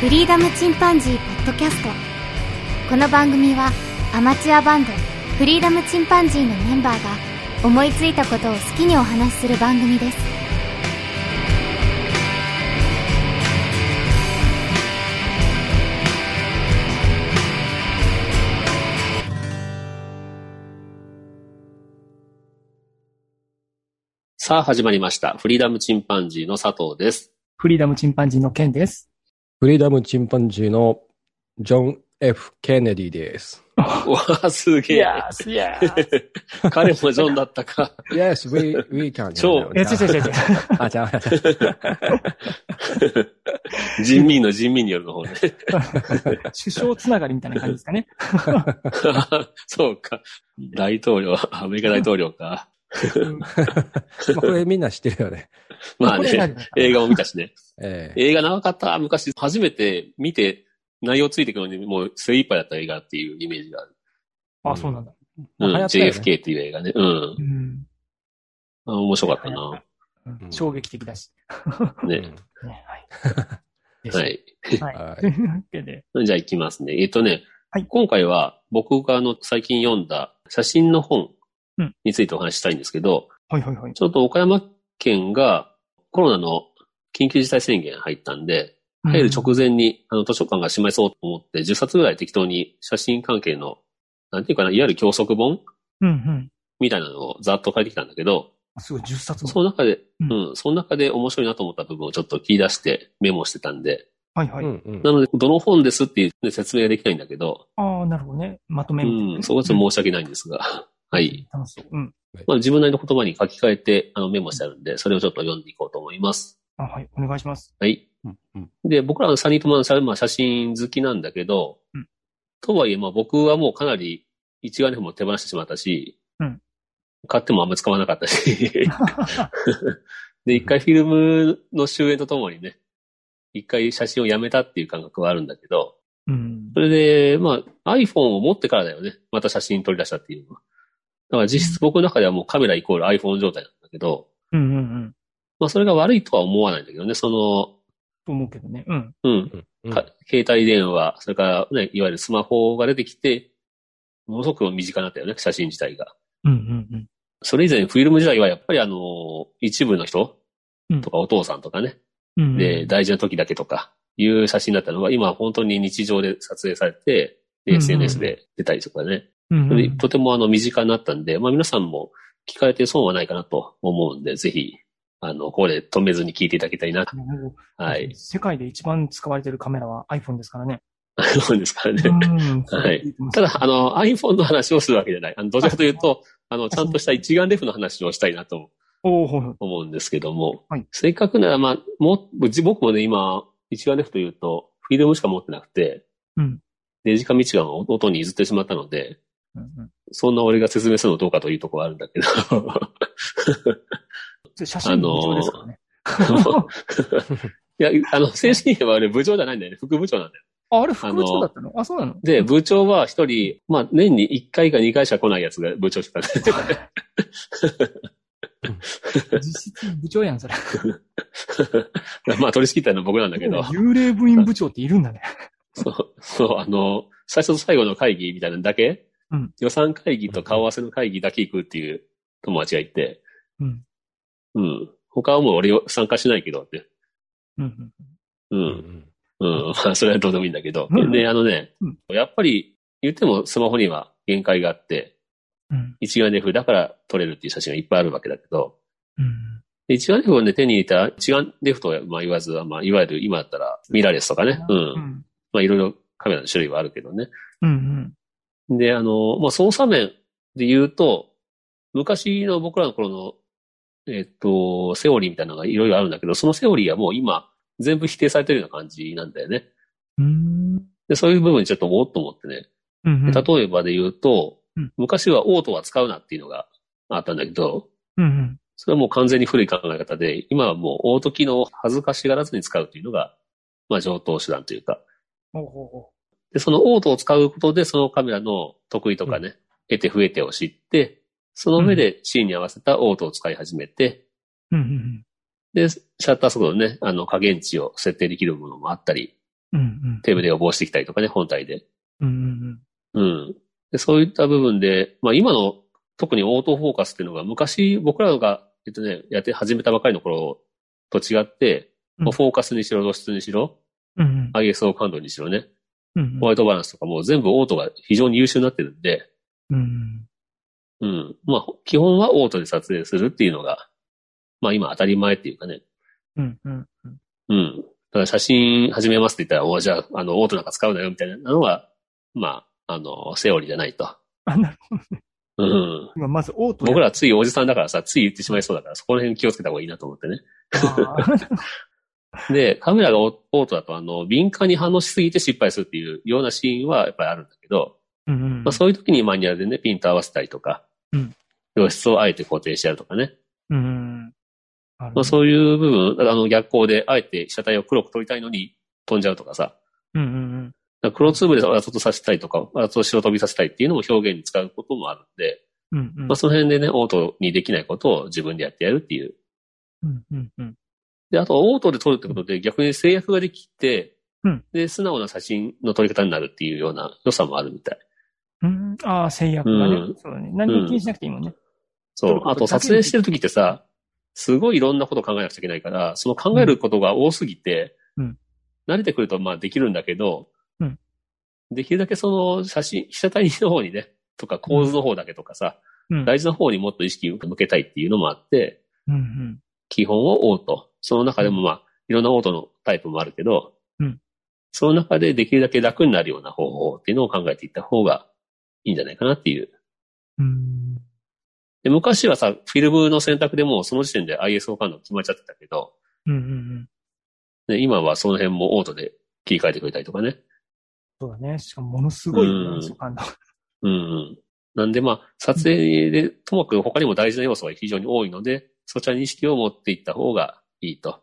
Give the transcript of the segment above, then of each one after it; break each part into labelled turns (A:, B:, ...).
A: フリーダムチンパンジーポッドキャストこの番組はアマチュアバンドフリーダムチンパンジーのメンバーが思いついたことを好きにお話しする番組です
B: さあ始まりました。フリーダムチンパンジーの佐藤です。
C: フリーダムチンパンジーのケンです。
D: フリーダムチンパンジーのジョン・ F ・ケネディです。
B: わあ、すげえ。
C: ス、イエ
B: 彼もジョンだったか。
D: Yes, we, we can.
B: 超
C: いや、違う違う違う。
D: あ、じゃあ、
B: 人民の人民によるの方ね。
C: 首相つながりみたいな感じですかね。
B: そうか。大統領、アメリカ大統領か。
D: まあこれみんな知ってるよね。
B: まあ
C: これ
B: ね、
C: 何
B: 映画も見たしね。
D: ええ
B: 映画長かった。昔、初めて見て、内容ついてくるのに、もう精一杯だった映画っていうイメージがある。
C: あ、そうなんだ。
B: う
D: 流
B: ん、
D: 行ったよね
B: JFK っていう映画ね。うん
C: う。ん。
B: あ面白かったな。
C: うん衝撃的だし。
B: ね。
C: ねはい。で
B: は
C: し
B: い。
C: たはい。
D: は。
C: というわけで。
B: じゃあ行きますね。えっとね、
C: はい
B: 今回は僕があの最近読んだ写真の本
C: うん
B: についてお話ししたいんですけど、
C: はいはいはい。
B: ちょっと岡山県がコロナの緊急事態宣言入ったんで、入る直前にあの図書館が閉まりそうと思って10冊ぐらい適当に写真関係の、なんていうかな、いわゆる教則本
C: うんうん。
B: みたいなのをざっと書いてきたんだけど、
C: すごい、10冊も。
B: その中で、
C: う
B: うんん、その中で面白いなと思った部分をちょっと切り出してメモしてたんで、
C: はいはいい。
D: うんうん
B: なので、どの本ですっていうね説明ができないんだけど、
C: ああ、なるほどね。まとめみたいなね
B: うん、そこはちょっと申し訳ないんですが、はい。。
C: 楽しそう。うん。
B: まあ、自分なりの言葉に書き換えてあのメモしてあるんで、それをちょっと読んでいこうと思います。
C: あ、はい。お願いします。
B: はい。
D: うんうん
B: で、僕らの3人ともさまあ、写真好きなんだけど、
C: うん
B: とはいえ、まあ僕はもうかなり一眼レフも手放してしまったし、
C: うん
B: 買ってもあんま使わなかった し、で、一回フィルムの終焉とともにね、一回写真をやめたっていう感覚はあるんだけど、
C: うん
B: そ。れで、まあ、iPhone を持ってからだよね。また写真撮り出したっていうのは。だから実質僕の中ではもうカメライコール iPhone 状態なんだけど、
C: うんうんうん。
B: まあ、それが悪いとは思わないんだけどね。そ
C: と思うけどね。うん。
B: の、うん、
D: うん
B: か携帯電話、それからね、いわゆるスマホが出てきて、ものすごく身近になったよね、写真自体が。
C: うんうん
B: それ以前、フィルム時代はやっぱりあの、一部の人
C: うん
B: とかお父さんとかね、
C: うんうん。
B: で、大事な時だけとか、いう写真だったのが、今は本当に日常で撮影されて、で
C: うん
B: SNS で出たりとかね。
C: うんうん
B: とてもあの身近になったんで、まあ皆さんも聞かれて損はないかなと思うんで、ぜひ、あの、ここで止めずに聞いていただきたいな。
C: もう
B: はい。
C: 世界で一番使われてるカメラは iPhone ですか らね。
B: そうですからね。
C: うん
B: はい。ただ、あ、の、iPhone の話をするわけじゃない。あのどちらかというと、あの、ちゃんとした一眼レフの話をしたいなと
C: おおほいほい。
B: 思うんですけども、
C: はい
B: せっかくなら、まあ、も、う僕もね、今、一眼レフというと、フィルムしか持ってなくて、
C: うん
B: デジカミチガンを音に譲ってしまったので、
C: うんうん
B: そんな俺が説明するのどうかというところはあるんだけど、
C: それ写真の貴重ですからね。
B: いや、あの、正式に言えば俺部長じゃないんだよね。副部長なんだよ。
C: ああれ、副部長だったのあそうなの
B: で、部長は一人、まあ、年に1回か2回しか来ないやつが部長してたんだよね
C: 実質部長やん、それ。
B: まあ、取り仕切った のは僕なんだけど。
C: 幽霊部員部長っているんだね。
B: そう、そう、あの、最初と最後の会議みたいなのだけ、
C: うん
B: 予算会議と顔合わせの会議だけ行くっていう友達がいて、
C: うん。
B: うん。他はもう俺を参加しないけどって。
C: うんう
B: う。
C: ん。
D: うんん
B: うん。まあ、それはどうでもいいんだけど。
C: うん
B: で、あのね、
C: うん
B: やっぱり言ってもスマホには限界があって、
C: うん。
B: 一眼レフだから撮れるっていう写真がいっぱいあるわけだけど、
C: うん。
B: で一眼レフをね、手に入れた、一眼レフとはまあ言わず、まあ、いわゆる今だったらミラーレスとかね、う。
C: うんん。
B: まあ、いろいろカメラの種類はあるけどね。
C: うん。
B: で、あの、まあ、操作面で言うと、昔の僕らの頃の、えっと、セオリーみたいなのがいろいろあるんだけど、そのセオリーはもう今、全部否定されてるような感じなんだよね。
C: うん。
B: で、そういう部分にちょっとおっと思ってね。
C: うん。
B: で例えばで言うと、
C: うん
B: 昔はオートは使うなっていうのがあったんだけど、
C: うん。
B: それはもう完全に古い考え方で、今はもうオート機能を恥ずかしがらずに使うっていうのが、まあ上等手段というか。
C: ほうほうほ
B: で、そのオートを使うことで、そのカメラの得意とかね、得て増えてを知って、その上でシーンに合わせたオートを使い始めて、
C: う。うん。
B: で、シャッター速度ね、あの、加減値を設定できるものもあったり、
C: うんうん。
B: テーブルで予防してきたりとかね、本体で。
C: うんうん
B: うん。でそういった部分で、まあ今の、特にオートフォーカスっていうのが昔僕らが、えっとね、やって始めたばかりの頃と違って、
C: うん
B: まあフォーカスにしろ、露出にしろ、
C: うん。うんうん
B: ISO 感度にしろね、
C: うん
B: ホワイトバランスとかも全部オートが非常に優秀になってるんで、
C: うん。
B: うん。まあ基本はオートで撮影するっていうのが、まあ今当たり前っていうかね、
C: うんうん。
B: うん。ただ写真始めますって言ったら、おじゃあ、あの、オートなんか使うなよみたいなのは、まあ、あの、セオリーじゃないと。
C: あ、なるほど。
B: うん。
C: 今、まず、オートで
B: 僕らはついおじさんだからさ、つい言ってしまいそうだから、そこら辺気をつけた方がいいなと思ってね。
C: あー
B: で、カメラがオオートだと、あの、敏感に反応しすぎて失敗するっていうようなシーンはやっぱりあるんだけど、
C: うんうん。
B: まあ、そういう時にマニュアルでね、ピント合わせたりとか、
C: うん
B: 露出をあえて固定してやるとかね。
C: うんうん。なる
B: ま
C: ほ
B: あ、
C: ど
B: そういう部分、あの、逆光で、あえて被写体を黒く撮りたいのに飛んじゃうとかさ、
C: うんうん
B: だから黒粒でわざとさせたりとか、わざと白飛びさせたいっていうのも表現に使うこともあるんで、
C: うん。うんうん
B: まあ、その辺でね、オートにできないことを自分でやってやるっていう
C: うんうんうん。
B: で、あと、オートで撮るってことで逆に制約ができて、
C: うん
B: で、素直な写真の撮り方になるっていうような良さもあるみたい。
C: うん、ああ、制約がね。
B: うん
C: そうだね。何も気にしなくていいもんね。
B: そ
C: 撮
B: う
C: るこ。と
B: あと、撮影してる時ってさ、すごいいろんなことを考えなくちゃいけないから、その考えることが多すぎて、
C: うん
B: 慣れてくると、まあ、できるんだけど、
C: うん
B: できるだけその写真、被写体の方にね、とか構図の方だけとかさ、
C: うん。
B: 大事な方にもっと意識を向けたいっていうのもあって、
C: うんうん。
B: 基本をオート。その中でもまあ、いろんなオートのタイプもあるけど、
C: うん
B: その中でできるだけ楽になるような方法っていうのを考えていった方がいいんじゃないかなっていう。
C: うん。
B: で昔はさ、フィルムの選択でもうその時点で ISO 感度決まっちゃってたけど、
C: うんうんうん。
B: ね今はその辺もオートで切り替えてくれたりとかね。
C: そうだね。しかも、ものすごいよね、
B: うん
C: そう感度。
B: うんうん。なんでまあ、撮影で、ともかく他にも大事な要素が非常に多いので、そちらに意識を持っていった方がいいと。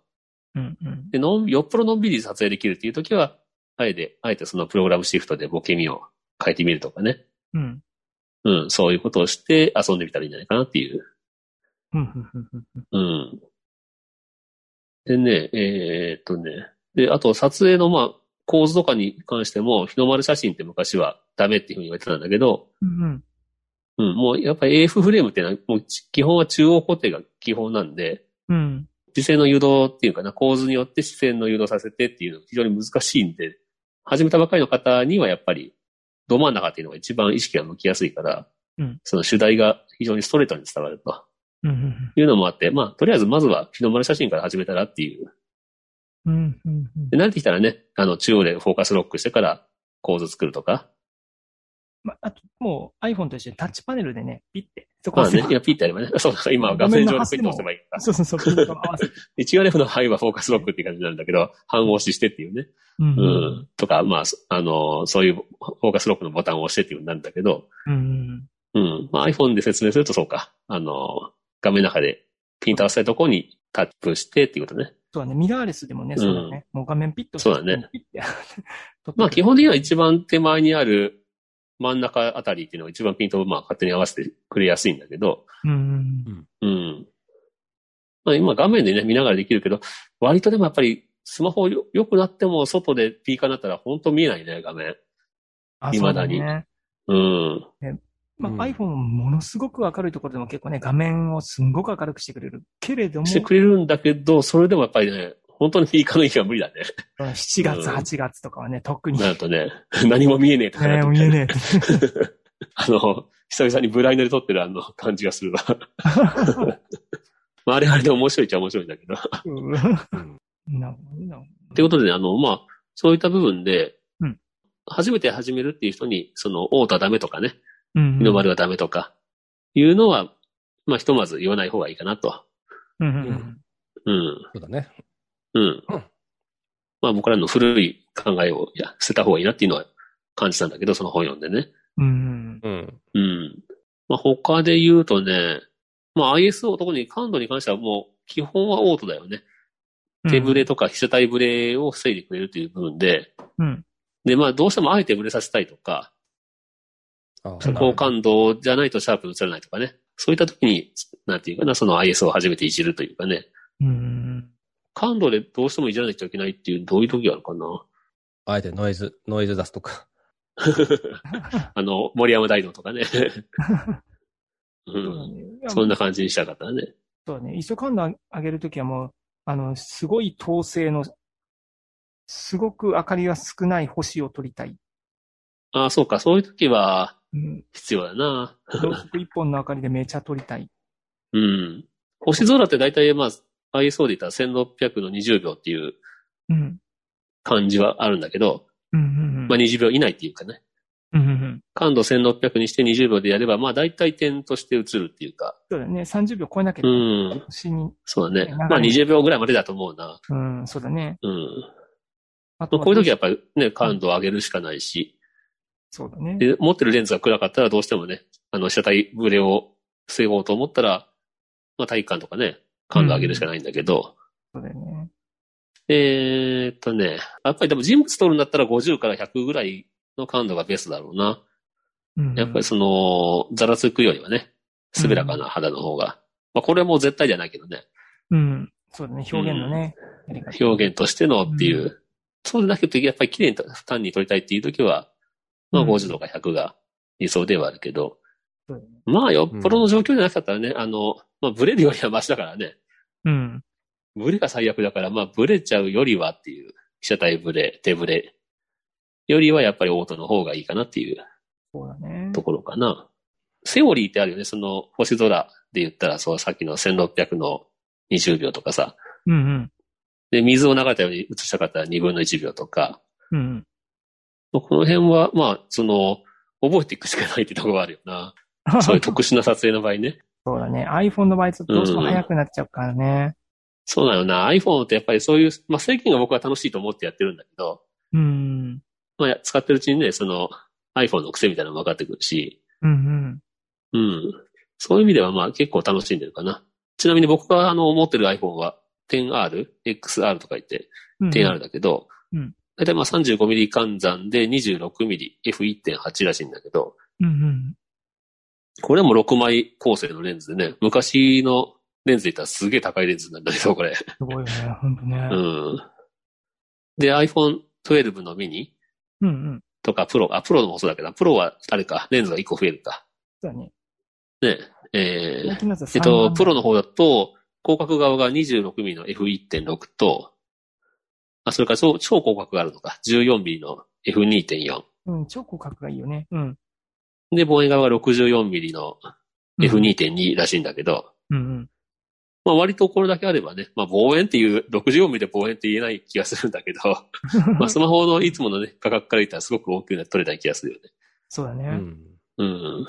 C: うんうん。
B: で、のん、よっぽどのんびり撮影できるっていう時は、あえて、あえてそのプログラムシフトでボケみを変えてみるとかね。
C: うん。
B: うん、そういうことをして遊んでみたらいいんじゃないかなっていう。
C: うんうんうんうん
B: うん。でね、えーっとね。で、あと撮影のまあ、構図とかに関しても、日の丸写真って昔はダメっていうふうに言われてたんだけど、
C: うんうん。
B: うん、もうやっぱり AF フレームってのは、もう基本は中央固定が基本なんで、
C: うん。
B: 視線の誘導っていうかな、構図によって視線の誘導させてっていうのが非常に難しいんで、始めたばかりの方にはやっぱり、ど真ん中っていうのが一番意識が向きやすいから、
C: うん
B: その主題が非常にストレートに伝わると
C: うんうん
B: いうのもあって、まあ、とりあえずまずは日の丸写真から始めたらっていう。
C: うん。うんうんうん
B: で、慣れてきたらね、あの、中央でフォーカスロックしてから構図作るとか、
C: まあと、もう iPhone と一緒にタッチパネルでね、ピッて、そこ
B: まあ
C: は
B: ね、いや、ピッてやればね、 そうだ、今は画面上でピッて押せばいいから。
C: そうそうそう、ピントを合わせて。
B: 一眼レフの範囲はフォーカスロックっていう感じになるんだけど、半押ししてっていうね。
C: うんうん
B: うん。とか、まあ、そあのー、そういうフォーカスロックのボタンを押してっていうようになるんだけど、
C: うん
B: うん。まあ、iPhone で説明するとそうか。あのー、画面の中でピント合わせたとこにタップしてっていうことね。
C: そうだね、ミラーレスでもね、そうだね。もう画面ピッと
B: そうだね。
C: ピッて。
B: まあ、基本的には一番手前にある真ん中あたりっていうのが一番ピントをまあ勝手に合わせてくれやすいんだけど、
C: うんうん。
B: うん。まあ、今画面でね、見ながらできるけど、割とでもやっぱりスマホよ良くなっても外でピーカーになったら本当見えないね、画面。
C: あ
B: 未だに
C: そうね
B: うん。
C: まあ、
D: うん
C: iPhone ものすごく明るいところでも結構ね、画面をすんごく明るくしてくれる。けれども、
B: してくれるんだけど、それでもやっぱりね、本当にピーカーの域は無理だね。
C: 7月、
B: うん
C: 8月とかはね、特に、
B: な
C: ね、
B: るとね、 何も見えねえとかなると
C: 見えねえ。
B: あの、久々にブラインドで撮ってるあの感じがするわ。 まあ、あれあれで面白いっちゃ面白いんだけど。っ
C: うんなるほどな
B: てことでね、あの、まあ、そういった部分で、
C: うん
B: 初めて始めるっていう人に、その、オートはダメとかね、
C: うん
B: 日の丸はダメとか、いうのは、まあ、ひとまず言わない方がいいかなと。
C: うんうん
B: うん。
D: そうだね。
B: うん
D: うん。
B: まあ僕らの古い考えをいや捨てた方がいいなっていうのは感じたんだけど、その本読んでね。
C: うんうん
D: うん。
B: うん。まあ他で言うとね、まあ ISO、特に感度に関してはもう基本はオートだよね。
C: うん
B: 手ブレとか被写体ブレを防いでくれるという部分で、
C: うん
B: で、まあどうしてもあえてブレさせたいとか、
D: あ
C: そこ
B: 高感度じゃないとシャープに映らないとかね。そういった時に、なんていうかな、その ISO を初めていじるというかね。
C: うん
B: 感度でどうしてもいじらなきゃいけないっていう、どういう時があるかな。
D: あえてノイズ、ノイズ出すとか。
B: あの、森山大道とかね。 うん。そん
C: な。
B: な感じにしたかったね。
C: そうだね。一緒感度上げるときはもう、あの、すごい統制の、すごく明かりが少ない星を取りたい。
B: ああ、そうか。そういう時は
C: うん。
B: 必要だな。
C: ろうそく一本の明かりでめちゃ取りたい。
B: うん。星空って大体、まあ、ISO で言ったら1600の20秒っていう
C: うん。
B: 感じはあるんだけど、
C: うんうんうん。
B: まあ20秒以内っていうかね。
C: うんうんうん。
B: 感度1600にして20秒でやれば、まあ大体点として映るっていうか。
C: そうだね。30秒超えなきゃ
B: う、ん。
C: 星に。
B: そうだね。
C: 長い
B: まあ20秒ぐらいまでだと思うな。
C: うん、そうだね。
B: うん。
C: あ
B: まあこういう時はやっ
C: は。
B: ぱりね、感度を上げるしかないし、
C: そうだね。
B: で、持ってるレンズが暗かったらどうしてもね、あの、被写体ブレを防ごうと思ったら、まあ体感とかね、感度を上げるしかないんだけど、
C: そうだよね。
B: えーっとね、やっぱりでも人物撮るんだったら50から100ぐらいの感度がベストだろうな。
C: うん。
B: やっぱりその、ざらつくよりはね、滑らかな肌の方が。まあこれはもう絶対じゃないけどね、
C: うん。そうだね。表現のね。
B: 表現としてのっていう。
C: う
B: そうでなくて、やっぱり綺麗に単に撮りたいっていう時は、まあ
C: うん
B: 50度か100が理想ではあるけど、
C: そうだ
B: まあよっぽどの状況じゃなかったらね、あの、まあブレるよりはマシだからね。
C: うん。
B: ブレが最悪だから、まあブレちゃうよりはっていう、被写体ブレ、手ブレよりはやっぱりオートの方がいいかなっていう
C: そうだね。
B: ところかな。セオリーってあるよね、その星空で言ったら、そうさっきの1600の20秒とかさ。
C: うん
B: で、水を流れたように映したかったら2分の1秒とか。
C: うん。うん。
B: まあこの辺は、まあ、その、覚えていくしかないってところはあるよな。そういう特殊な撮影の場合ね。
C: そうだね。iPhone の場合、ちょっとどうしても早くなっちゃうからね。
B: そうなのな。iPhone ってやっぱりそういう、まあ、制限が僕は楽しいと思ってやってるんだけど、
C: うん。
B: まあ、使ってるうちにね、その iPhone の癖みたいなのも分かってくるし、
C: うんう
B: う
C: ん。
B: ん。そういう意味ではまあ結構楽しんでるかな。ちなみに僕があの持ってる iPhone は 10R、XR とか言って
C: うん
B: 10R だけど、
C: うん
B: だいたいまあ 35mm 換算で 26mm F1.8 らしいんだけど、
C: うんうん。
B: これも6枚構成のレンズでね、昔のレンズで言ったらすげえ高いレンズなんだけど、これ。
C: すごいよね。ほんとね
B: う。ん。で、iPhone 12のミニ
C: うんうん。
B: とか、プロ、あ、プロもそうだけど、プロはあれか、レンズが1個増えるか。
C: そうだね。
B: ね。えー
C: 大きなやつ
B: え
C: は三
B: っ
C: 眼
B: と、プロの方だと、広角側が 26mm の F1.6 と、あ、それから超超広角があるのか、14mm の F2.4。
C: うん、超広角がいいよね。うん。
B: で、望遠側が 64mm の F2.2 らしいんだけど、
C: うんうん。
B: まあ割とこれだけあればね、まあ望遠っていう、64mm で望遠って言えない気がするんだけど、まあスマホのいつものね、価格から言ったらすごく大きくな取れない気がするよね。
C: そうだ
D: う
C: ね。
D: ん。
B: うん。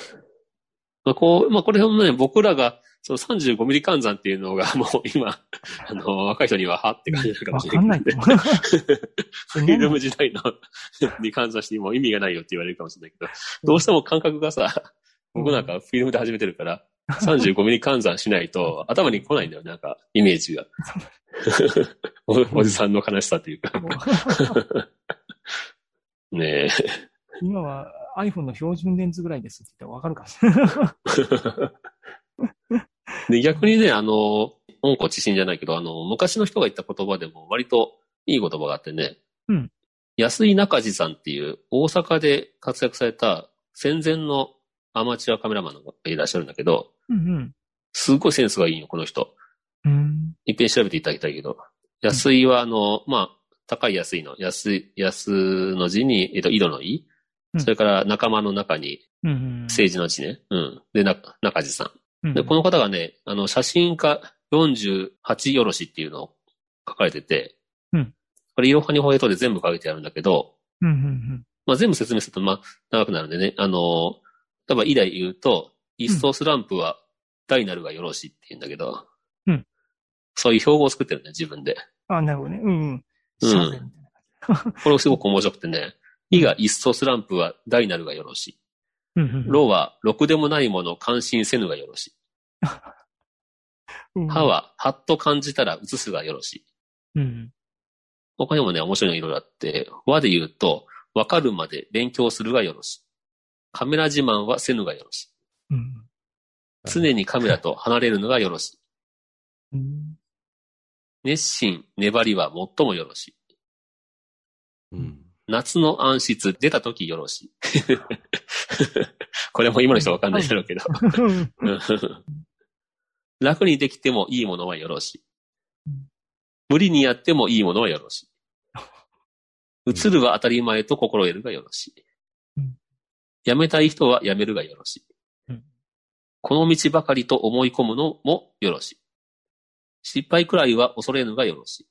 B: まあこう、まあこれもね、僕らが、その 35mm 換算っていうのがもう今、 あの、若い人にははって感じなのかも
C: わ
B: し
C: か
B: れな
C: んないい
B: け
C: と
B: どね。
C: 思う。
B: フィルム時代のに換算しても意味がないよって言われるかもしれないけど、どうしても感覚がさ、僕なんかフィルムで始めてるから、35ミリ換算しないと 頭に来ないんだよ、なんか、イメージが。お おじさんの悲しさというか。
C: もう
B: ねえ。
C: 今は iPhone の標準レンズぐらいですって言ったらわかるかもしれない。
B: で逆にね、あの、温故知新じゃないけど、あの、昔の人が言った言葉でも割といい言葉があってね、
C: うん
B: 安井中地さんっていう大阪で活躍された戦前のアマチュアカメラマンの方がいらっしゃるんだけど、
C: うん
B: すっごいセンスがいいよ、この人。
C: うん。うん。
B: いっぺん調べていただきたいけど、安井はあの、まあ、高い安いの、安い、安の字に、えっと、色のい、
C: うん
B: それから仲間の中に、
C: うんうん。
B: 政治の字ね。うん。で、な、中地さん。
C: うん
B: で、この方がね、あの、写真家48よろしっていうのを書かれてて、
C: うん
B: これ、いろはにほえとで全部書いてあるんだけど、
C: うんうん
B: まあ、全部説明すると、まあ、長くなるんでね、あの、例えば、以来言うと、イーストスランプは大なるがよろしって言うんだけど、
C: うん
B: そういう標語を作ってるね、自分で。
C: うん。あ、なるほどね。うんうん。
B: うん
C: シャーゼみたいな
B: これすごく面白くてね、イが一層スランプは大なるがよろし。
C: うんうん
B: ロはろくでもないもの関心せぬがよろし。
C: うん
B: ハははっと感じたら移すがよろし。
C: うん。
B: 他にもね、面白いのいろいろあって、和で言うと、わかるまで勉強するがよろし。カメラ自慢はせぬがよろし。
C: うん。
B: 常にカメラと離れるのがよろし。
C: うん。
B: 熱心、粘りは最もよろし。
D: うん。
B: 夏の暗室、出た時よろし。 これも今の人わかんないだろうけど。楽にできてもいいものはよろし
C: うん。
B: 無理にやってもいいものはよろし。
D: ん
B: 移るは当たり前と心得るがよろし
C: うん。
B: 辞めたい人は辞めるがよろし
E: うん。
B: この道ばかりと思い込むのもよろし。失敗くらいは恐れぬがよろし。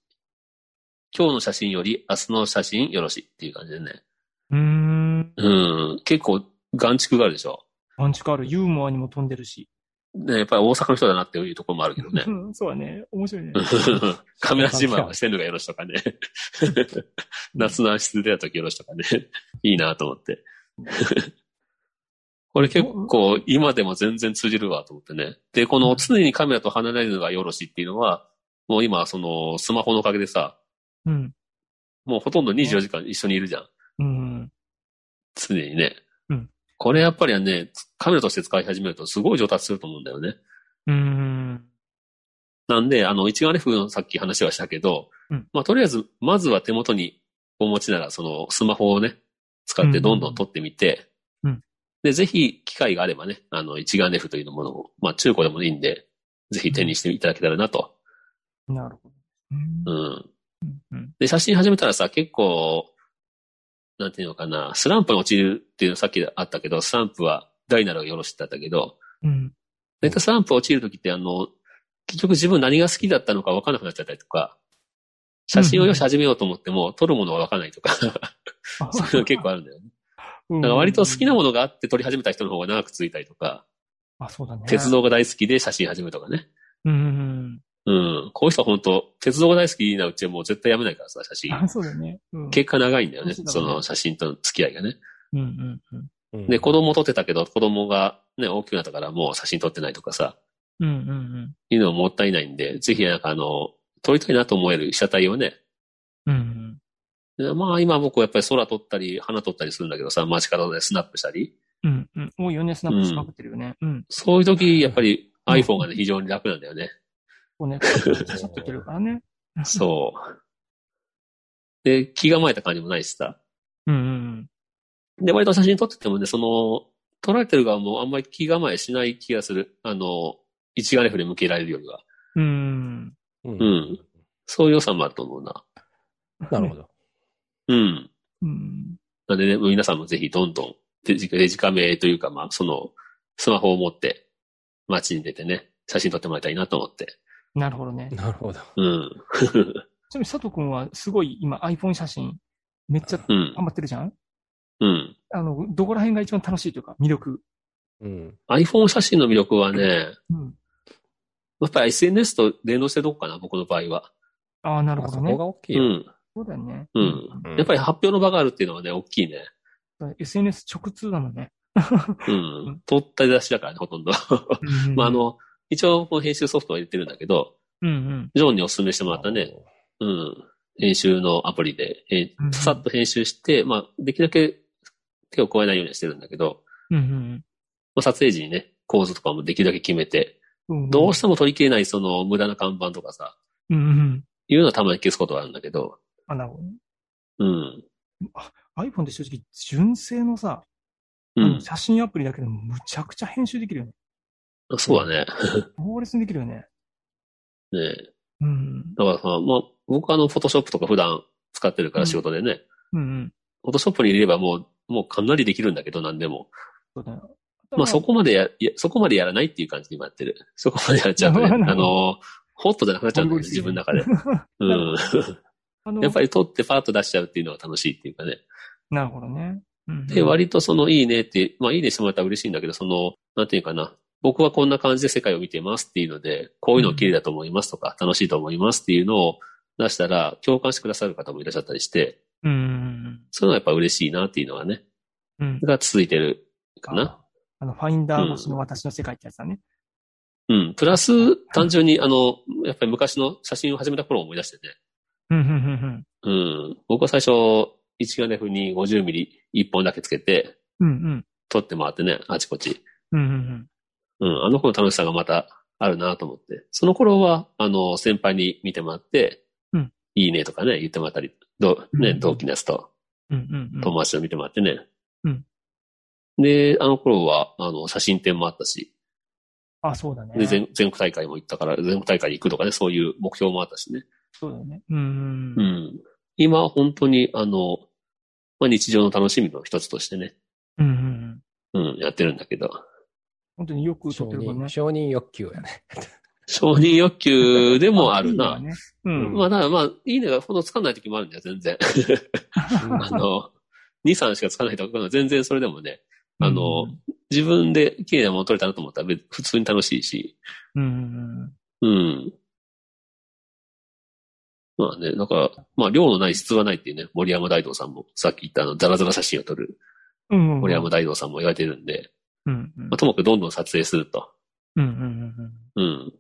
B: 今日の写真より明日の写真よろしっていう感じでね。
C: うーん。
B: うん。結構、眼蓄があるでしょ。
C: パンチカール、ユーモアにも飛んでるし。
B: ね、やっぱり大阪の人だなっていうところもあるけどね。
C: うんそうだね。面白いね。
B: カメラ自慢はしてんのがよろしと かね。夏の暗室で出た時よろしとかね。いいなと思って。 これ結構今でも全然通じるわと思ってね。で、この常にカメラと離れるのがよろしっていうのは、もう今そのスマホのおかげでさ、
C: うん。
B: もうほとんど24時間一緒にいるじゃん。
C: うん。
B: 常にね。
C: うん
B: これやっぱりね、カメラとして使い始めるとすごい上達すると思うんだよね。
C: うん。
B: なんで、あの、一眼レフのさっき話はしたけど、
C: うん
B: まあ、とりあえず、まずは手元にお持ちなら、その、スマホをね、使ってどんどん撮ってみて、
C: うん
B: で、ぜひ、機会があればね、あの、一眼レフというものを、まあ、中古でもいいんで、ぜひ手にしていただけたらなと。
C: なるほど。
B: うん。
C: うん。うん。
B: で、写真始めたらさ、結構、なんていうのかな、スランプに陥るっていうのさっきあったけど、スランプは大なるがよろしってあったけど、
C: うん。
B: 大体スランプ落ちるときって、あの、結局自分何が好きだったのか分からなくなっちゃったりとか、写真をよし始めようと思っても、撮るものが分からないと か、そういうの結構あるんだよね。だから割と好きな
C: も
B: ものがあって撮り始めた人の方が長く続いたりとか、
C: あ、そうだね。
B: 鉄。道が大好きで写真始めるとかね。
C: うん。
B: うん。こういう人は本当鉄道が大好きなうちはもう絶対やめないからさ、写真。
C: あ、そうだね。うん。
B: 結果長いんだよね、
C: そうだね
B: その写真との付き合いがね。
C: うんうんうん。
D: うん
B: で、子供撮ってたけど、子供がね、大きくなったからもう写真撮ってないとかさ、
C: うんうんうん。
B: いうのももったいないんで、ぜひなんかあの、撮りたいなと思える被写体をね。
C: うん
B: でまあ今僕はやっぱり空撮ったり、花撮ったりするんだけどさ、街角でスナップしたり。
C: うん。うん。多いよね。スナップしまくってるよね。うん。
B: そういう時、やっぱり
C: うん
B: iPhone がね、非常に楽なんだよね。
C: こうね、パシャパシャっていけるからね。
B: そう。で、気構えた感じもないしさ。
C: うんうん
B: で、割と写真撮っててもね、その、撮られてる側もあんまり気構えしない気がする。あの、一眼レフで向けられるよりは。
C: うん。
B: う
C: うん。
D: う
B: んん。そういう良さもあると思うな。
D: なるほど。
B: うん。
C: うん。
B: なんでね、皆さんもぜひどんどんデジデジカメというか、まあ、その、スマホを持って街に出てね、写真撮ってもらいたいなと思って。
C: なるほどね。
D: なるほど。
B: うん。
C: ちなみに佐藤くんはすごい今 iPhone 写真めっちゃ
B: うん。
C: 頑張ってるじゃん
B: うん。
C: あの、どこら辺が一番楽しいというか、魅力。
D: うん。
B: iPhone 写真の魅力はね、
C: うん。
B: やっぱり SNS と連動してどこかな、僕の場合は。
C: ああ、なる
D: あ
C: ほ
D: そ
C: ど
D: こ
C: ね。
D: が大き
B: う
D: いよ。
B: ん。
C: そうだよね。
B: うん
D: うん
B: やっぱり発表の場があるっていうのはね、大きいね。
C: り。SNS 直通なのね。
B: うん。撮った出しだからね、ほとんど。まあ、あ、の、一応、この編集ソフトは入れてるんだけど、
C: うんうん。
B: ジョンにお勧めしてもらったね、。うん。編集のアプリで、え
C: うん
B: ーさっと編集して、まあ、できるだけ手を加えないようにはしてるんだけど、
C: うん
B: まあ、撮影時にね、構図とかもできるだけ決めて、
C: うん。
B: どうしても取り切れないその無駄な看板とかさ、
C: うんうん。
B: いうのはたまに消すことがあるんだけど、
C: あ、なるほどね。
B: うん。
C: iPhone って正直、純正のさ、
B: う
C: あの
B: ん。
C: 写真アプリだけでもむちゃくちゃ編集できるよね。
B: そうだね。
C: 猛烈にできるよね。
B: ね
C: うん。
B: だからさ、まあ、僕はあの、フォトショップとか普段使ってるから
C: うん
B: 仕事でね、
C: うんうん。
B: フォトショップに入れればもう、もうかなりできるんだけど、何でも。
C: そうだね。
B: まあ、そこまでや、いやそこまでやらないっていう感じで今やってる。 そこまでやっちゃうとね、
C: なるほど
B: あの、ホットじゃなくなっちゃうんだよね、
C: ゴリ
B: 自
C: ゴ
B: 分
C: リ
B: の
C: して
B: 中で。うん。
C: あの、
B: やっぱり撮ってパーッと出しちゃうっていうのが楽しいっていうかね。
C: なるほどね。うん
B: で、割とそのいいねって、まあいいねしてもらったら嬉しいんだけど、その、なんていうかな。僕はこんな感じで世界を見てますっていうので、こういうの綺麗だと思いますとか、楽しいと思いますっていうのを出したら、共感してくださる方もいらっしゃったりして、
C: うん。
B: そういうのはやっぱ嬉しいなっていうのはね、
C: うん。
B: が続いてるかな。
C: あの、ファインダー越しの私の世界ってやつだね。
B: うん。プラス、単純にあの、やっぱり昔の写真を始めた頃を思い出してね。
C: うん、うん、うん、
B: うん。僕は最初、一眼レフに50ミリ1本だけつけて、
C: うん。うん、
B: 撮って回ってね、あちこち。
C: うん。うん、うん。
B: うん、あの頃の楽しさがまたあるなと思って。その頃は、あの、先輩に見てもらって、
C: うん
B: いいねとかね、言ってもらったり、どうね、
C: うん
B: 同期のやつと、
C: うんうんうん。
B: 友達と見てもらってね。
C: うん
B: で、あの頃は、あの、写真展もあったし、
C: あ、そうだね。
B: で全、全国大会も行ったから、全国大会に行くとかね、そういう目標もあったしね。
C: そうだよね。うん
B: う。ん。今は本当に、あの、まあ、日常の楽しみの一つとしてね、
C: うんうんうん。
B: うん、やってるんだけど、
C: 本当によく撮
D: 承
C: ってるから
D: 認
C: ね。
D: 承認欲求やね。
B: 承認欲求でもあるな。
C: いいよねうん。
B: まあ、だからまあ、いいねがほどつかない時もあるんだよ、全然。 あの、2、3しかつかないとか、全然それでもね、あの、自分で綺麗なもの撮れたなと思ったら別普通に楽しいし、
C: うんうん
B: うん。まあね、だから、まあ、量のない質はないっていうね、森山大道さんも、さっき言ったあの、ザラザラ写真を撮る
C: うん。うんうん。
B: 森山大道さんも言われてるんで、
C: うんうん。
B: まあ、ともかくどんどん撮影すると。
C: うんうんうん
B: うん。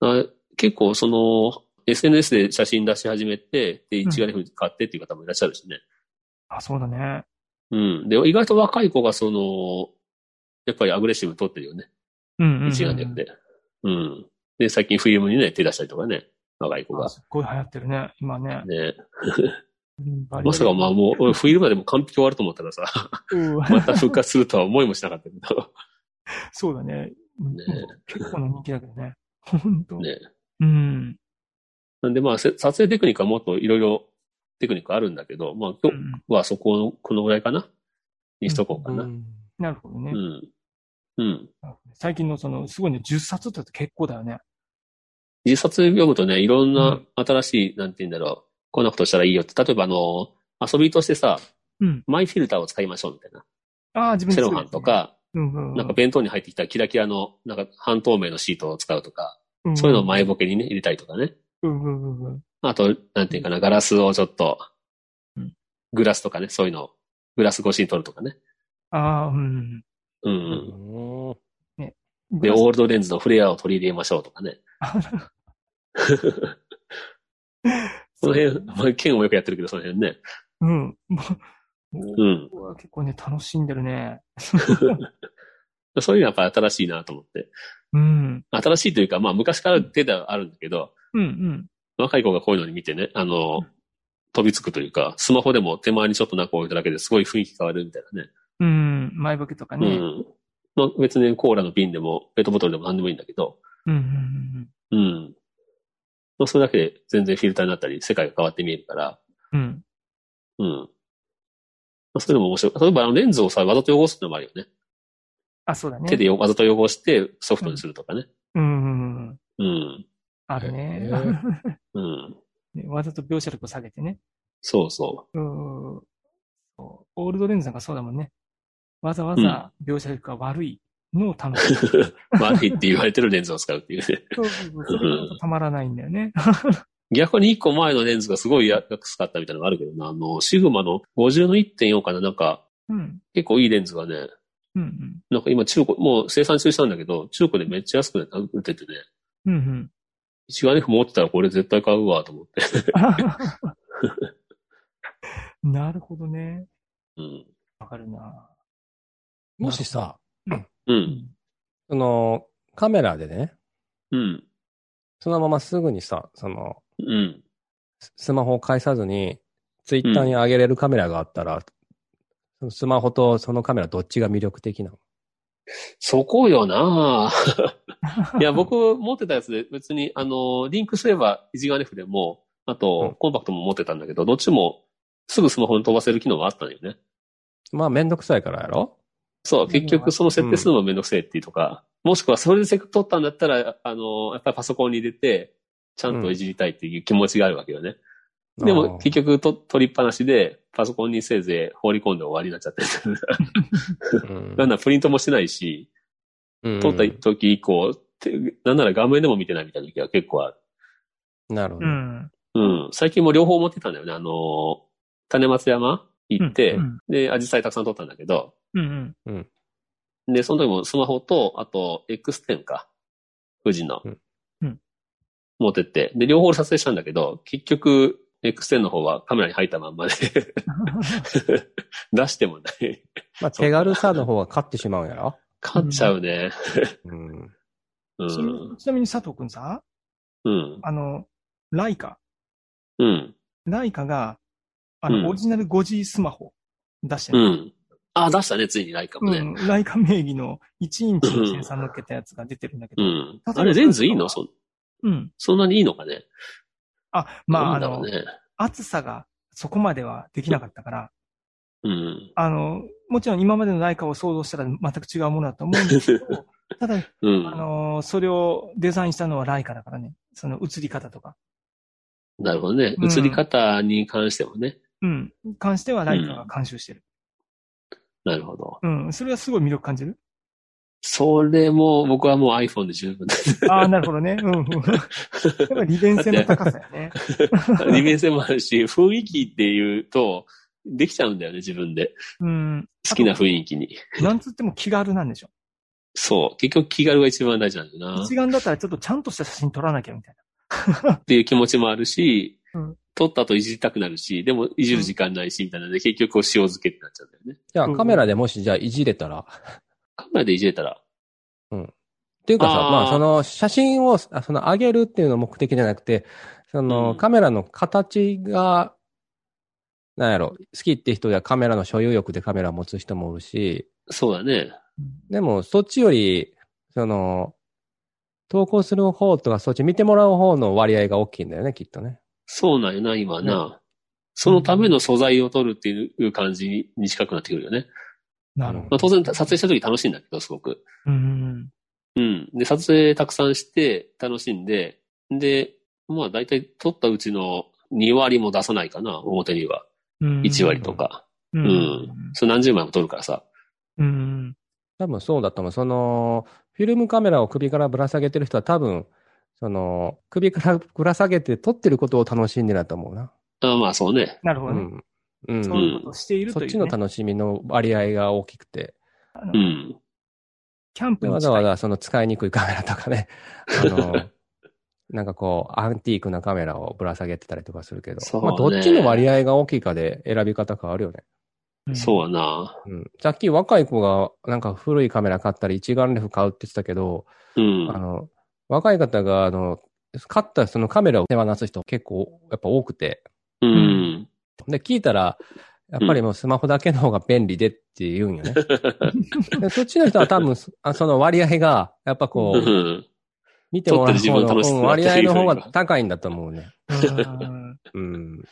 B: あ結構その、SNS で写真出し始めて、で、一眼レフ買ってっていう方もいらっしゃるしね。
C: あ、そうだね。
B: うん。で、意外と若い子がその、やっぱりアグレッシブに撮ってるよね。
C: うんうんうん。
B: 一眼レフで。うん。で、最近フィルムにね、手出したりとかね。若い子
C: あ
B: が。
C: すっごい流行ってるね、今ね。
B: ね。
C: バリバリ
B: まさかまあもう、俺フィルムでも完璧終わると思ったらさ、
C: うん
B: また復活するとは思いもしなかったけど。
C: そうだね。うん
B: ね
C: 結構な人気だけどね。 本当。
B: ね。
C: うん。
B: なんでまあ、せ撮影テクニックはもっといろいろテクニックあるんだけど、まあ今日はそこの、このぐらいかなにしとこうかな。
C: なるほどね
B: う。ん。うん。
C: 最近のその、すごいね、10冊って結構だよね。
B: 自殺読むとね、いろん
C: う
B: なん新しい、なんて言うんだろう、こんなことしたらいいよって、例えばあの、遊びとしてさ、
C: うん
B: マイフィルターを使いましょうみたいな。
C: ああ、自分
B: セ
C: で
B: ロ
C: 作
B: ハ
C: る
B: ンと、か、
C: うんうんうん、
B: なんか弁当に入ってきたキラキラの、なんか半透明のシートを使うとか、
C: うん
B: そういうのを前ボケにね、入れたりとかね。
C: うんうんうんうん。
B: あと、なんていうかな、ガラスをちょっと
C: うん、
B: グラスとかね、そういうのを、グラス越しに撮るとかね。
C: ああ、うん
B: う
D: うんん。
C: う。
B: うんん。で、オールドレンズのフレアを取り入れましょうとか ね。その辺、まあ、剣をよくやってるけど、その辺ね。
C: うん。
B: うん。
C: 僕は結構ね、楽しんでるね。
B: そういうのはやっぱり新しいなと思って。
C: うん。
B: 新しいというか、まあ昔から出てはあるんだけど、
C: うんうん。
B: 若い子がこういうのに見てね、あの、飛びつくというか、スマホでも手前にちょっとなんか置いただけですごい雰囲気変わるみたいなね。
C: うん。前ボケとか
B: う
C: ね。
B: ん。まあ別にコーラの瓶でも、ペットボトルでも何でもいいんだけど、
C: うん。うんうん
B: うん。まあそれだけで全然フィルターになったり、世界が変わって見えるから、
C: うん。う
B: う
C: ん。
B: ん。まあそれも面白い。例えばあのレンズをさ、わざと汚すってのもあるよね。
C: あ、そうだね。
B: 手でよわざと汚してソフトにするとかね。
C: うんうんう
B: う
C: ん。
B: ん。
C: あるね。
B: うん。
C: ねわざと描写力を下げてね。
B: そうそう。
C: うん。そうオールドレンズなんかそうだもんね。わざわざ描写力が悪いのを楽し む。
B: 悪いって言われてるレンズを使うっていうね。
C: そうそうそう。それがまたたまらないんだよね。
B: 逆に一個前のレンズがすごい安かったみたいなのがあるけどな、あの、シグマの50の1.4かな、なんか、
C: うん。
B: 結構いいレンズがね、
C: うん
B: なんか今中古、もう生産中したんだけど、中古でめっちゃ安くなって売っててね、
C: うん。うんうん。
B: 一眼レフ持ってたらこれ絶対買うわと思って。
C: なるほどね。
B: うん。
C: わかるな。
D: もしさ、
B: う。
C: うんん。
D: その、カメラでね、
B: うん。
D: そのまますぐにさ、その、
B: うん。
D: ススマホを返さずに、ツイッターに上げれるカメラがあったら、そのスマホとそのカメラどっちが魅力的なの
B: そこよないや、僕持ってたやつで別に、あの、リンクすれば一眼レフでも、あ
D: う
B: と
D: ん、
B: コンパクトも持ってたんだけど、どっちもすぐスマホに飛ばせる機能があったんだよね。
D: まあ、めんどくさいからやろ
B: そう、
C: ん
B: 結局その設定するのもめんどくせえっていうとか、もしくはそれでせっかく撮ったんだったら、あの、やっぱりパソコンに入れて、ちゃんといじりたいっていう気持ちがあるわけよね。でも結局と撮りっぱなしで、パソコンにせいぜい放り込んで終わりになっちゃってる。
D: 局、
B: なんならプリントもしてないし、
D: うん
B: 撮った時以降、てなんなら画面でも見てないみたいな時は結構ある。
D: なるほ
C: う
D: ど。
C: ん。
B: うん。最近も両方持ってたんだよね。あの、種松山行って、
C: うん
B: で、アジサイたくさん撮ったんだけど、
C: うんうん。
B: で、その時もスマホと、あと X10 か。富士の。
D: うん
C: うん
B: 持ってって。で、両方撮影したんだけど、結局、X10 の方はカメラに入ったまんまで 出してもない。
D: まあ、手軽さの方が勝ってしまうんやろ
B: 勝っちゃうね。
D: うん。
B: う
C: ち
B: ん。
C: ちなみに佐藤くんさ、
B: うん。
C: あの、ライカ。
B: うん。
C: ライカが、あの、
B: うん
C: オリジナル 5G スマホ出して
B: う
C: る、
B: ん。あ、出したね、ついにライカもね。
C: うん。ライカ名義の1インチのセンサー乗っけたやつが出てるんだけ
B: う
C: ど。
B: ん。
C: 例えば
B: あれ、レンズいいのそ、
C: うん。
B: そんなにいいのかね
C: あ、まあ、あ
B: どうなん
C: の
B: だ、ろうね。
C: 暑さがそこまではできなかったから、
B: うん。
C: あの、もちろん今までのライカを想像したら全く違うものだと思うんです けど、ただ、
B: う
C: あ
B: ん。
C: の、それをデザインしたのはライカだからね。その映り方とか。
B: なるほどね。
C: うん
B: 映り方に関してもね。
C: うん。関してはライカが監修してる。
B: なるほど。
C: うん。それはすごい魅力感じる。
B: それも、僕はもう iPhone で十 分だ。
C: ああ、なるほどね。うん うん。やっぱ利便性の高さよね。
B: 利便性もあるし、 雰囲気っていうと、できちゃうんだよね、自分で。
C: うん。
B: 好きな雰囲気に。
C: なんつっても気軽なんでしょ。
B: そう。結局気軽が一番大事なんだよな。
C: 一眼だったらちょっとちゃんとした写真撮らなきゃみたい
B: っていう気持ちもあるし、
C: うん
B: 撮った後いじりたくなるし、でもいじる時間ないし、みたいなので、結局こう塩漬けってなっちゃうんだよね。
D: じゃ
C: う
D: あ
C: ん
D: カメラでもしじゃあいじれたら、
B: カメラでいじれたら、
D: っていうかさ、
B: あー
D: まあその写真を、あその上げるっていうの目的じゃなくて、その、
B: うん
D: カメラの形が、なんやろ、好きって人やカメラの所有欲でカメラを持つ人もおるし、
B: そうだね。
D: でもそっちより、その、投稿する方とかそっち見てもらう方の割合が大きいんだよね、きっとね。
B: そうなんやな、今はな。そのための素材を撮るっていう感じに近くなってくるよね。
C: な。
D: なるほ
B: まあ、当然撮影した時楽しいんだけど、すごく。
C: うん。
B: うん。で、撮影たくさんして楽しんで、で、まあ大体撮ったうちの2割も出さないかな、表には。
C: うん
B: 1割と。か。
C: う
B: うん。
C: ん。
B: それ何十枚も撮るからさ。
C: うん。
D: 多分そうだと思う。その、フィルムカメラを首からぶら下げてる人は多分、その、首からぶら下げて撮ってることを楽しんでるんだと思うな。
B: あまあそうね。
C: なるほ
D: う
C: どね。
D: ん。うん。
C: そういうことをしている
D: そ
C: と
D: っ
C: い
D: ち
C: う
D: の
C: ね。
D: 楽しみの割合が大きくて、
C: あの
B: うん。
C: キャンプに
D: わざ
C: 近
D: わ
C: い。
D: ざその使いにくいカメラと かね、あの、なんかこう、アンティークなカメラをぶら下げてたりとかするけど、
B: そうね
D: まあ、どっちの割合が大きいかで選び方変わるよね。
C: うん
B: そうやな。
D: うん。さっき若い子がなんか古いカメラ買ったり一眼レフ買うって言ってたけど、
B: うん。
D: あの、若い方が、あの、買ったそのカメラを手放す人結構やっぱ多くて、
B: うん。
D: で、聞いたら、やっぱりもうスマホだけの方が便利でって言うんよね。 でそっちの人は多分、そあその割合が、やっぱこ
B: う
D: う、
B: ん。
D: 見てもらう方
B: 撮ってる自分を
D: の
B: 楽し
D: うん
B: む
D: 割合の方が高いんだと思うね。
C: うん
D: うん。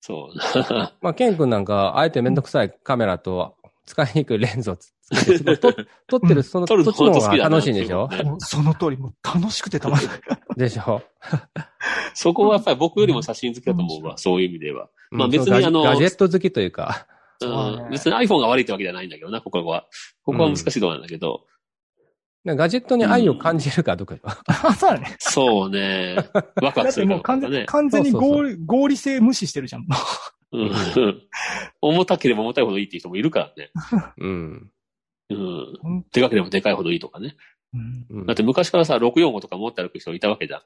B: そうな。
D: まあ、ケン君なんか、あえてめんどくさいカメラと、使いにくいレンズをつつけてすごい 撮撮ってる、その、
B: 撮
D: そ
B: る
D: っ
B: の
D: ちの方が楽しいんでしょ
B: 本当好きだな
C: もうその通り、もう楽しくてたまらない。
D: でしょ
B: そこはやっぱり僕よりも写真好きだと思うわ。そういう意味では。まあ
D: うん
B: 別に
D: そガジ
B: あの
D: ガジェット好きというか、
C: そう
B: う
C: ね
B: ん。別に iPhone が悪いってわけじゃないんだけどな、ここは。ここは難しいところなんだけ ど。
D: なんかガジェットに愛を感じるかどうか。
C: あ、そうだね。
B: そうね。ワクワ
C: だ
B: ク
C: っ
B: す
C: て
B: るか
C: も
B: ら
C: う完全,、
B: ね。
C: 完全に
D: そうそうそう
C: 合理合理性無視してるじゃん。
B: うん重たければ重たいほどいいっていう人もいるからね。
D: うん。
B: うん。
C: うん
B: でかければでかいほどいいとかね。
C: うん
D: うん
B: だって昔からさ、645とか持って歩く人いたわけじゃん。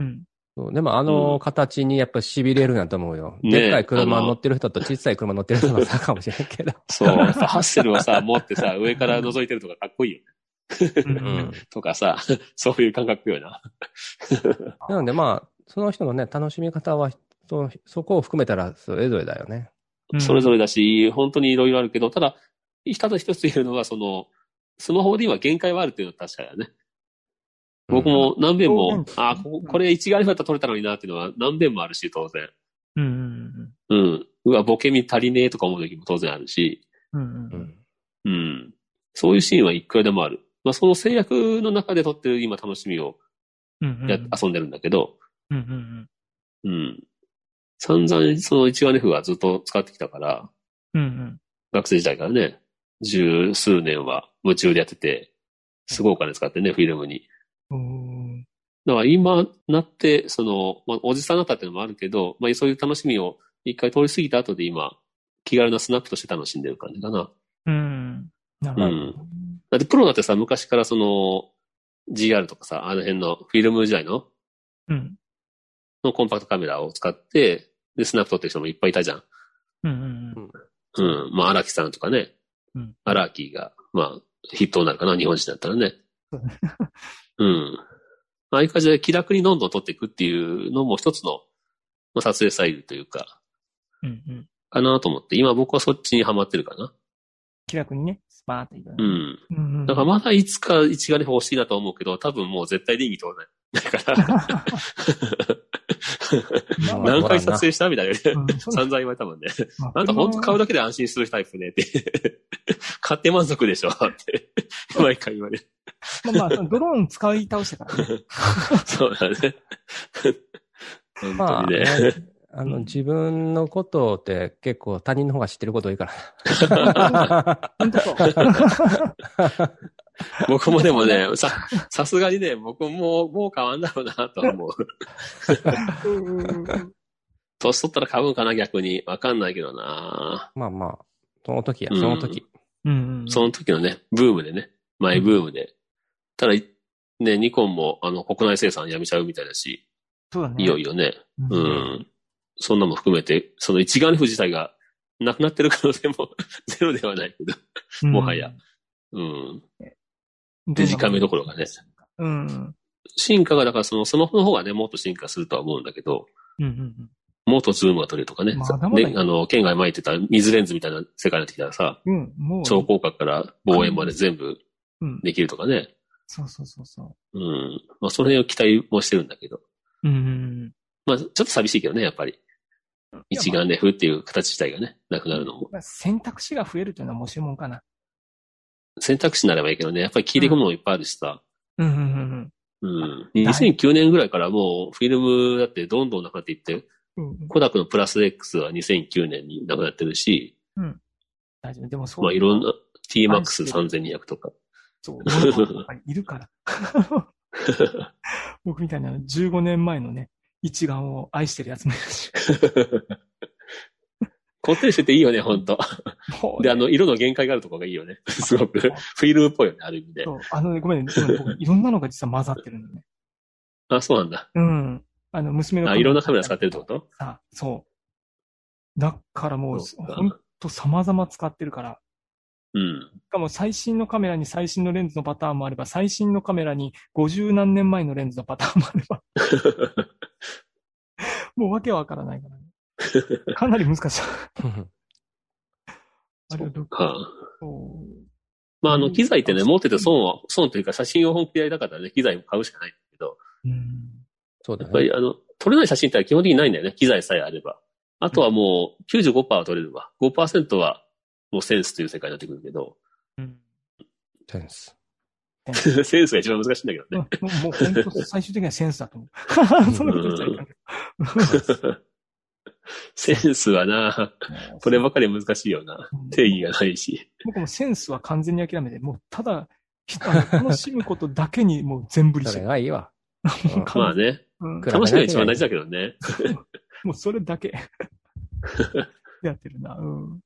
C: うん
D: そうでもあ
B: う
D: の
B: ん
D: 形にやっぱ痺れるなと思うよ。
B: ねえ
D: でっかい
B: あ
D: 車
B: の
D: 乗ってる人と小さい車乗ってる人の差かもしれ んけど。
B: そう。さハッセルをさ、持ってさ、上から覗いてるとかかっこいいよね。
C: う
D: うんん。
B: とかさ、 そういう感覚よな。
D: なのでまあ、その人のね、楽しみ方は、そそこを含めたらそれぞれだよね。
C: うん
B: それぞれだし、本当にいろいろあるけど、ただ、ただ一つ言えるのは、その、スマホで今限界はあるっていうのは確かだね。僕も何遍
C: う
B: も
C: ん、
B: あ、ここれ一眼レフだったら撮れたのになっていうのは何遍もあるし、当然。
C: うんうん
B: うん。うわ、ボケみ足りねえとか思う時も当然あるし。
C: うんう
D: うんん。
B: うん。そういうシーンはいくらでもある。まあ、その制約の中で撮ってる今楽しみを
C: うん
B: や、遊んでるんだけど、
C: うんうん
B: うん。散々その一眼レフはずっと使ってきたから、
C: うんうん
B: 学生時代からね、十数年は夢中でやってて、すごいお金使ってね、フィルムに。
C: うんうん
B: だから今なって、その、まあ、おじさんになったっていうのもあるけど、まあ、そういう楽しみを一回通り過ぎた後で今、気軽なスナップとして楽しんでる感じかな。
C: うんなるほど
B: だってプロだってさ、昔からその、GR とかさ、あの辺のフィルム時代の、
C: うん
B: のコンパクトカメラを使って、で、スナップ撮ってる人もいっぱいいたじゃん。
C: うんうん
B: うん。まあ、荒木さんとかね。
C: うん
B: 荒木が、まあ、筆頭になるかな、日本人だったらね。うん。ああいう感じで気楽にどんどん撮っていくっていうのも一つの、まあ、撮影スタイルというか、
C: うんうん。
B: かなと思って、今僕はそっちにハマってるかな。
C: 気楽にね、スパーっていろいろ
B: う。ん。
C: うんうん
B: だからまだいつか一眼レフ欲しいなとは思うけど、多分もう絶対倫理通らない。だから、
C: まあまあ
B: 何回撮影したみたいなね。
C: うんそう
B: 散々言われたもんね。
C: まあ
B: あんた本当買うだけで安心するタイプね って。買って満足でしょって。毎回言われる。
C: まあまあ、ドローン使い倒してか らね。
B: そうだね。本
D: ま
B: 当
D: あ、
B: にね。
D: ねあの、自分のことって結構他人の方が知ってること多いから。
C: 本当そう。
B: 僕もでもね、さ、さすがにね、僕ももう買わんだろうなとは思う。
C: うんうんうんうん
B: 年取ったら買うんかな逆に。わかんないけどな
D: まあまあ、その時や、その時。
C: うんうん。
B: その時のね、ブームでね。マイブームで。ただ、いね、ニコンも、あの、国内生産やめちゃうみたいだし、
C: そうだね。
B: いよいよね。
C: うん。
B: う
C: うん
B: ん。そんなも含めて、その一眼レフ自体がなくなってる可能性も ゼロではないけど、もはや。うん。デジカメどころがね。
C: うん。うん
B: 進化が、だからその、その方がね、もっと進化するとは思うんだけど、
C: うんうん。
B: もっとズームが取れるとかね。
C: まだまだ
B: ねあの、県外巻いてた水レンズみたいな世界になってきたらさ、
C: うん、もう。
B: 超広角から望遠まで全部
C: うん。
B: できるとかね。
C: そうそうそうそ
B: うん。まあ、その辺を期待もしてるんだけど。
C: う。うんうん
B: まあ、ちょっと寂しいけどね、やっぱり。
C: うん。
B: 一眼レフっていう形自体がね、なくなるのも。
C: まあ選択肢が増えるというのはもしもんかな。
B: 選択肢になればいいけどね、やっぱり切り込むのもいっぱいあるしさ。
C: うんうんうん
B: うん。2009年ぐらいからもうフィルムだってどんどんなくなっていって、
C: うん。うんうん
B: コダックのプラス X は2009年になくなってるし、
C: 大丈夫。でもそう。
B: まあいろん
C: な。
B: な TMAX3200 とか。
C: そう。世の中やっぱりいる から。僕みたいな15年前のね、一眼を愛してるやつもいるし。
B: 固定してていいよね、ほんと。
C: もう
B: で、
C: ね
B: あの、色の限界があるとこがいいよね。すごく。
C: そ
B: フ
C: う
B: ィルムっぽいよね、ある意味で
C: そ。うあのね、ごめんね。ごめん僕いろんなのが実は混ざってるんだよね。
B: あ、そうなんだ。
C: うん。あの、娘の。
B: あ、いろんなカメラ使ってるってこ
C: さ
B: と
C: あ、そう。だからもう、
B: そうか
C: ほんと様々使ってるから。
B: うん。
C: しかも最新のカメラに最新のレンズのパターンもあれば、最新のカメラに50何年前のレンズのパターンもあれば、 もうわけわからないからね。かなり難しい。 あれはど
B: はあ
C: こ
B: まあ、あの、機材ってね、
C: うん
B: 持ってて損は、損というか写真を本気でやりたかったらね、機材も買うしかないんだけど、
C: うん。
D: そうだ
B: やっぱ
D: ね。
B: りあの、撮れない写真って基本的にないんだよね。機材さえあれば。あとはもう95%は撮れるわ。5%はもうセンスという世界になってくるけど、
C: うん
D: センス。
B: センスが一番難しいんだけど
C: ま
B: ね。
C: あもうもう本当、最終的にはセンスだと思 う。そんなこと言っちゃいかんけ
B: センスはな、
C: ど。
B: こればかり難しいよな。
C: うん
B: 定義がないし。
C: 僕もセンスは完全に諦めて、もうただ、ひあの楽しむことだけにもう全振りし
D: そ
C: て
D: れ
C: る。
D: がい いわ。うん
B: まあね、
C: うん
D: 比べ
B: 楽しみが一番大事だけどね。
C: もうそれ だけやってるな。うん。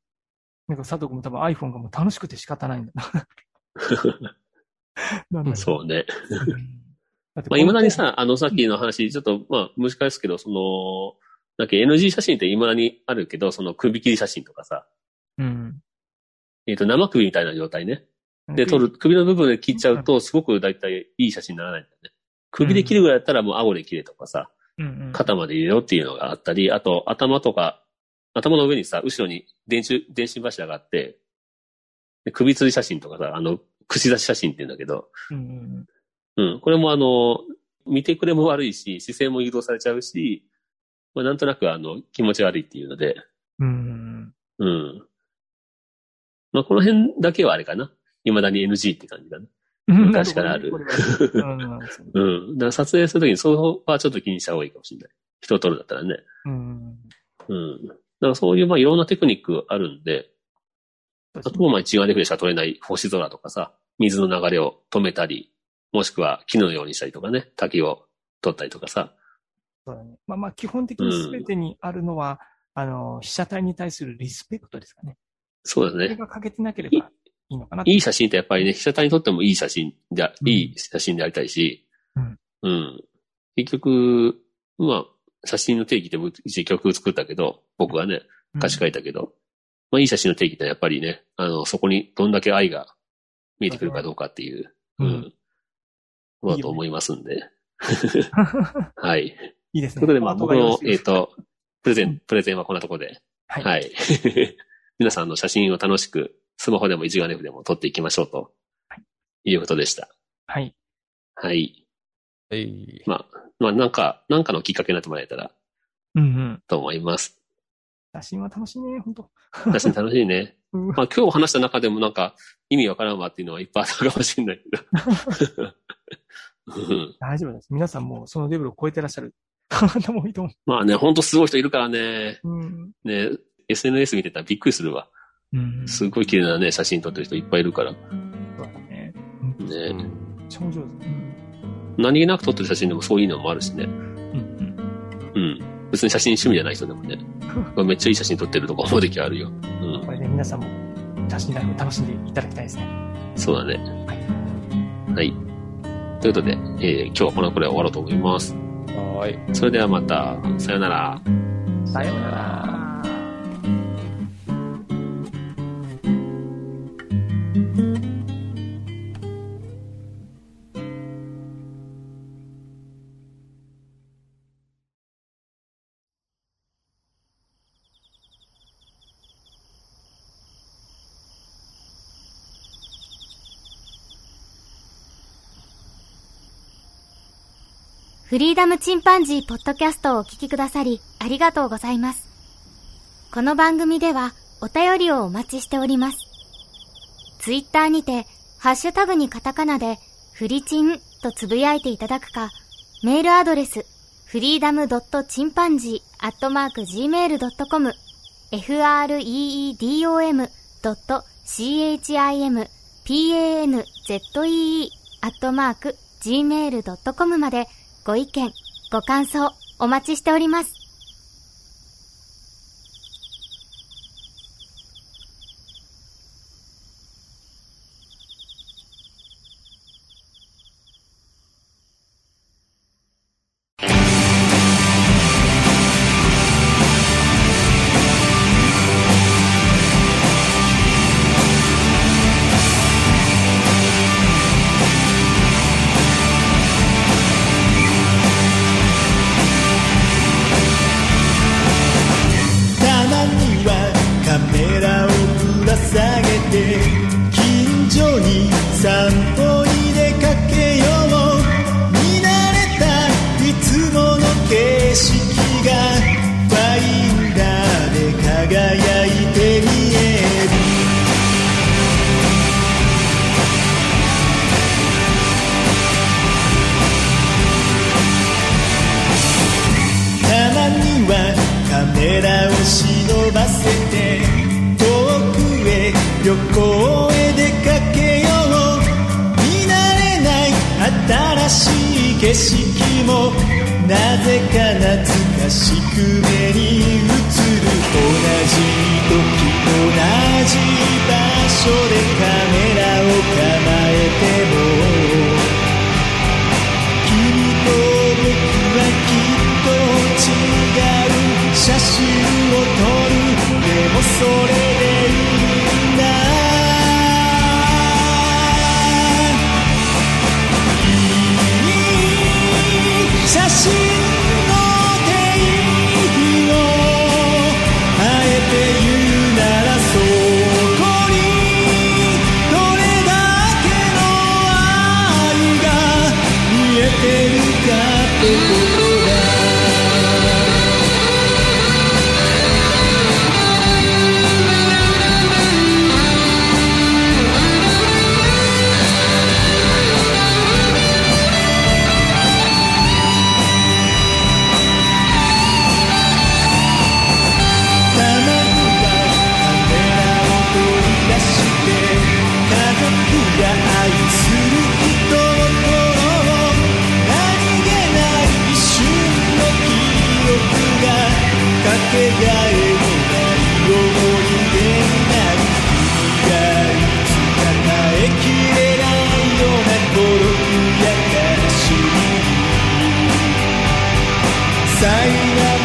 C: なんか佐藤君も多分 iPhone がもう楽しくて仕方ないんだ な。なんだ
B: そうね。
C: ろう。うんだって
B: まあ、未だに、さ、あの、さっきの話、ちょっと、まあ、難しいですけど、その、なんか NG 写真って未だにあるけど、その首切り写真とかさ、
C: うん。
B: えっ、と、生首みたいな状態ね。で、撮る、首の部分で切っちゃうと、すごくだいたいいい写真にならないんだよね。首で切るぐらいだったら、もう顎で切れとかさ、
C: うんうん。
B: 肩まで入れろっていうのがあったり、あと、頭とか、頭の上にさ、後ろに電柱、電信柱があって、で首吊り写真とかさ、あの、串刺し写真って言うんだけど、
C: うんうん
B: うん、これもあの、見てくれも悪いし、視線も誘導されちゃうし、まあ、なんとなくあの、気持ち悪いっていうので、
C: うん。うん
B: うん。まあ、この辺だけはあれかな。未だに NG って感じだね。
C: うん。うん
B: 昔からある
C: これはうんうんそう
B: うん。だから撮影するときに、そこはちょっと気にした方がいいかもしれない。人を撮るだったらね。
C: うん。
B: うん。だからそういう、まあ、いろんなテクニックあるんで、例えば、まあ、一眼レフでしか撮れない星空とかさ、水の流れを止めたり、もしくは木のようにしたりとかね、滝を撮ったりとかさ。
C: そうだね。まあまあ、基本的に全てにあるのは、あの、被写体に対するリスペクトですかね。
B: そうだ
C: そ
B: ね
C: れ。が欠けてなければいいのかなと。
B: いい写真ってやっぱりね、被写体にとってもいい写真であ、
C: うん
B: いい写真でありたいし、
C: うん。
B: 結局、まあ、写真の定義って僕一時曲作ったけど、僕はね、歌詞書いたけど、まあ、いい写真の定義ってやっぱりね、あの、そこにどんだけ愛が見えてくるかどうかっていう、
C: う
B: うんん、ことだと思いますんで。はい。
C: いいです
B: というこ
C: ね。
B: とで、まあ、
C: 後
B: 僕
C: がよろ
B: の
C: し、
B: え
C: いで
B: っ、
C: す
B: と、プレゼ
C: う
B: ン、プレゼンはこんなところで。
C: はい
B: はい。皆さんあの写真を楽しく、スマホでも一眼レフでも撮っていきましょうと、、
C: はい
B: いうことでした。
C: はい。
B: はい。
D: はい。
B: まあ、まあ、なんか、なんかのきっかけになってもらえたら
C: うんうん。
B: と思います。
C: 写真は楽しいね、本当
B: 写真楽しいね。
C: うん
B: まあ、今日話した中でもなんか、意味わからんわっていうのはいっぱいあったかもしれないけど。うん
C: 大丈夫です。皆さんもうそのレベルを超えてらっしゃる。 方も多いと思
B: まあね、ほんとすごい人いるからね。
C: う。うん。
B: ね、SNS 見てたらびっくりするわ。
C: うん。
B: すごい綺麗なね、写真撮ってる人いっぱいいるから。
C: そうだね。
D: う
B: ね、
D: ん
C: 超上手。うん。
B: 何気なく撮ってる写真でもそういうのもあるしね。
C: うん。
B: うん。別に写真趣味じゃない人でもね。これめっちゃいい写真撮ってるとか思う時あるよ。うん
C: こ。れで皆さんも写真ライフを楽しんでいただきたいですね。
B: そうだね。はい。ということで、えー今日はこのくらい終わろうと思います。
D: はーい。
B: それではまた、さよなら。
C: さようなら。
A: フリーダムチンパンジーポッドキャストをお聞きくださり、ありがとうございます。この番組では、お便りをお待ちしております。ツイッターにて、ハッシュタグにカタカナで、フリチンとつぶやいていただくか、メールアドレス、フリーダムドットチンパンジーアットマーク Gmail.com、freedom ドット chimpanzee アットマーク Gmail.com まで、ご意見、ご感想、お待ちしております。
E: 棚にはカメラをぶら下げて近所に散歩に出かけよう見慣れたいつもの景色がファインダーで輝いて見えるたまにはカメラを忍ばせて遠くへ旅行へ出かけよう見慣れない新しい景色もなぜか懐かしく目に映る同じ時同じ場所でカメラを構えても「君と僕はきっと違う写真を撮る」「でもそれでいいんだ」「いい写真の定義をあえて言うならそこに」「どれだけの愛が見えてるか」「たまにはカメラを取り出して」「家族や愛する人を撮ろう」「何気ない一瞬の記憶がかけがえのない思い出になる」「君がいつか耐えきれないような孤独や悲しみ」「最大の